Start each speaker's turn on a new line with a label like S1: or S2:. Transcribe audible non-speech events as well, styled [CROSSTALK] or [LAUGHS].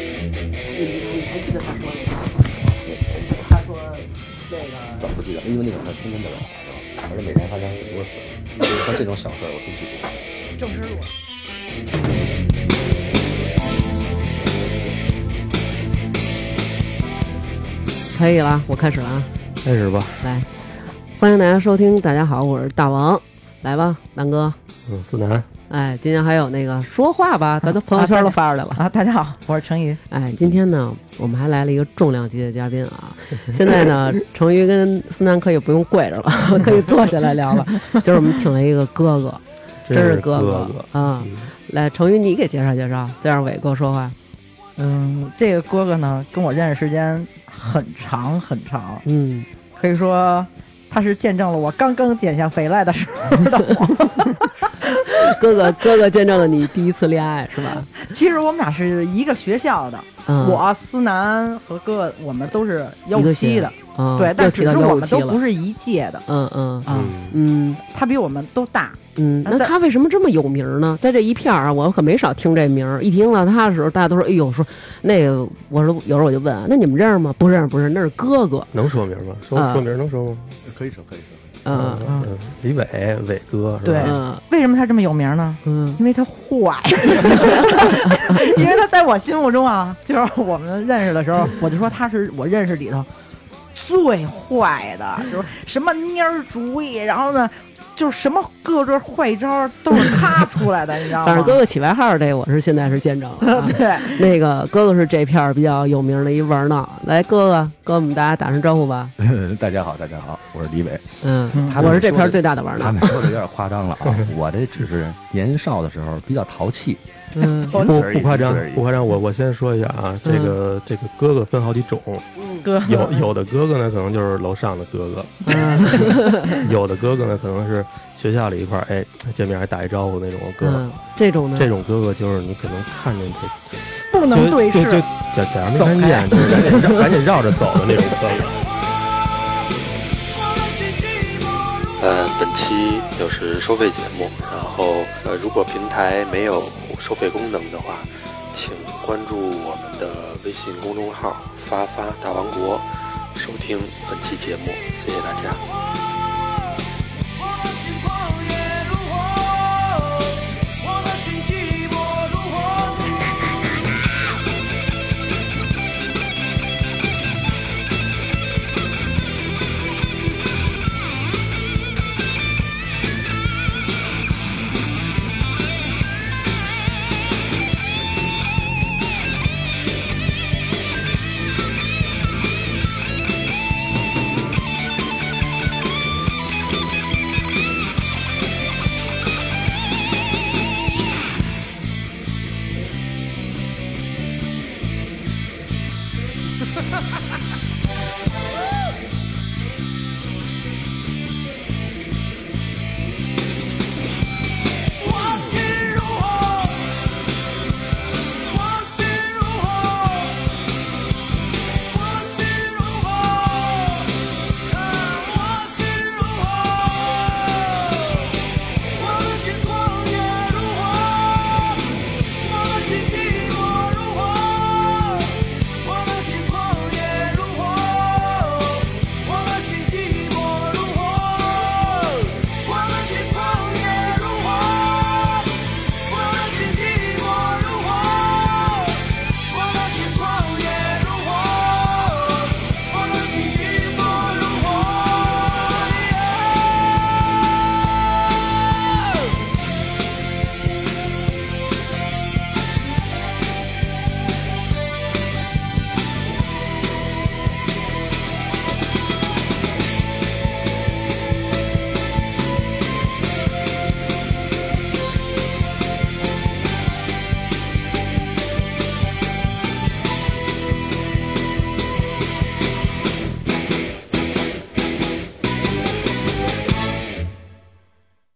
S1: 你你还记得他说那啥吗？他说那
S2: 早
S1: 个
S2: 不记得，因为那会儿他天天在老滑着，而且每天发生很多次，就是啊像这种小事儿我真记不住。
S3: 正式录。可以了，我开始了啊！
S4: 开始吧，
S3: 来，欢迎大家收听，大家好，我是大王，来吧，南哥，
S4: 嗯，思南，
S3: 哎，今天还有那个说话吧，咱都朋友圈都发出
S1: [LAUGHS]
S3: 来了，
S1: 啊，大家好，我是程宇。
S3: 哎，今天呢，我们还来了一个重量级的嘉宾
S1: [LAUGHS]
S3: 啊！现在呢，成瑜跟思南可以不用跪着了， [LAUGHS] 可以坐下来聊
S1: [LAUGHS]
S3: 了。就是我们请了一个哥哥，真
S4: 是
S3: 哥
S4: 哥
S3: 啊！来，成瑜，你给介绍介绍，再让伟哥说话。
S1: 嗯，这个哥哥呢，跟我认识时间很长很长，
S3: 嗯，
S1: 可以说他是见证了我刚刚减下肥来的时候的
S3: [LAUGHS]
S1: 我。
S3: 哥哥，哥哥见证了你第一次恋爱是吧？
S1: 其实我们俩是一个学校的，
S3: 嗯，
S1: 我思南和哥哥，我们都是幺五七的，
S3: 啊，
S1: 对，
S3: 又
S1: 但只
S3: 提到
S1: 是我
S3: 幺五
S1: 们
S3: 七
S1: 都不
S3: 了。
S1: 是一届的
S3: 嗯嗯
S1: 啊。
S4: 嗯，
S3: 嗯
S1: 他比我们都大，
S3: 嗯，
S1: 那
S3: 那
S1: 在
S3: 他为什么这么有名儿呢？在这一片儿啊，我可没少听这名儿。一听到他的时候，大家都说：“哎呦，说那个，我说有时候我就问，那你们认识吗？不认识，不认识，那是哥哥。
S4: 能说名吗？说
S3: 啊
S4: 说名能说吗？
S2: 可以说，可以说。
S3: 嗯
S1: 嗯
S4: 嗯，李伟，伟哥是
S1: 对
S4: 吧？
S3: 嗯
S1: 为什么他这么有名呢？
S3: 嗯
S1: 因为他坏，因为他在我心目中啊，就是我们认识的时候，我就说他是我认识里头最坏的，就是什么蔫儿主意，然后呢，就是什么各种坏招儿都是他出来的，你知道吗？。
S3: 反正哥哥起外号这我是现在是见证了、啊
S1: 对，
S3: [LAUGHS] 那个哥哥是这片儿比较有名的一玩闹，来哥哥跟我们大家打声招呼吧。
S2: 大家好，大家好，我是李伟。
S3: 嗯，
S1: 嗯
S2: 他们
S3: 我是这片
S2: 说
S3: 儿
S2: 的
S3: 最大的玩
S2: 他
S3: 闹。
S4: [LAUGHS]
S2: 们说的有点夸张了啊，我这只是年少的时候比较淘气，
S3: 嗯
S2: 仅
S4: [LAUGHS] 不
S2: 此而已，
S4: 不夸张
S2: 仅此而，已
S4: 不夸张，我我先说一下啊，这个这个哥哥分好几种，
S2: 嗯
S1: 哥
S4: 有有的哥哥呢可能就是楼上的哥哥，
S3: 嗯
S4: 有的哥哥呢可能是学校里一块儿哎见面还打一招呼那种哥哥，
S3: 嗯，这种呢
S4: 这，种哥哥就是你可能看见他
S1: 不能
S4: 就
S1: 对
S4: 就就
S1: 视，
S4: 假假如没看见，就是赶紧绕赶紧绕着走的那种哥哥。
S5: 呃，本期就是收费节目，然后呃，如果平台没有呃收费功能的话，请关注我们的微信公众号“发发大王国”，收听本期节目，谢谢大家。
S6: 我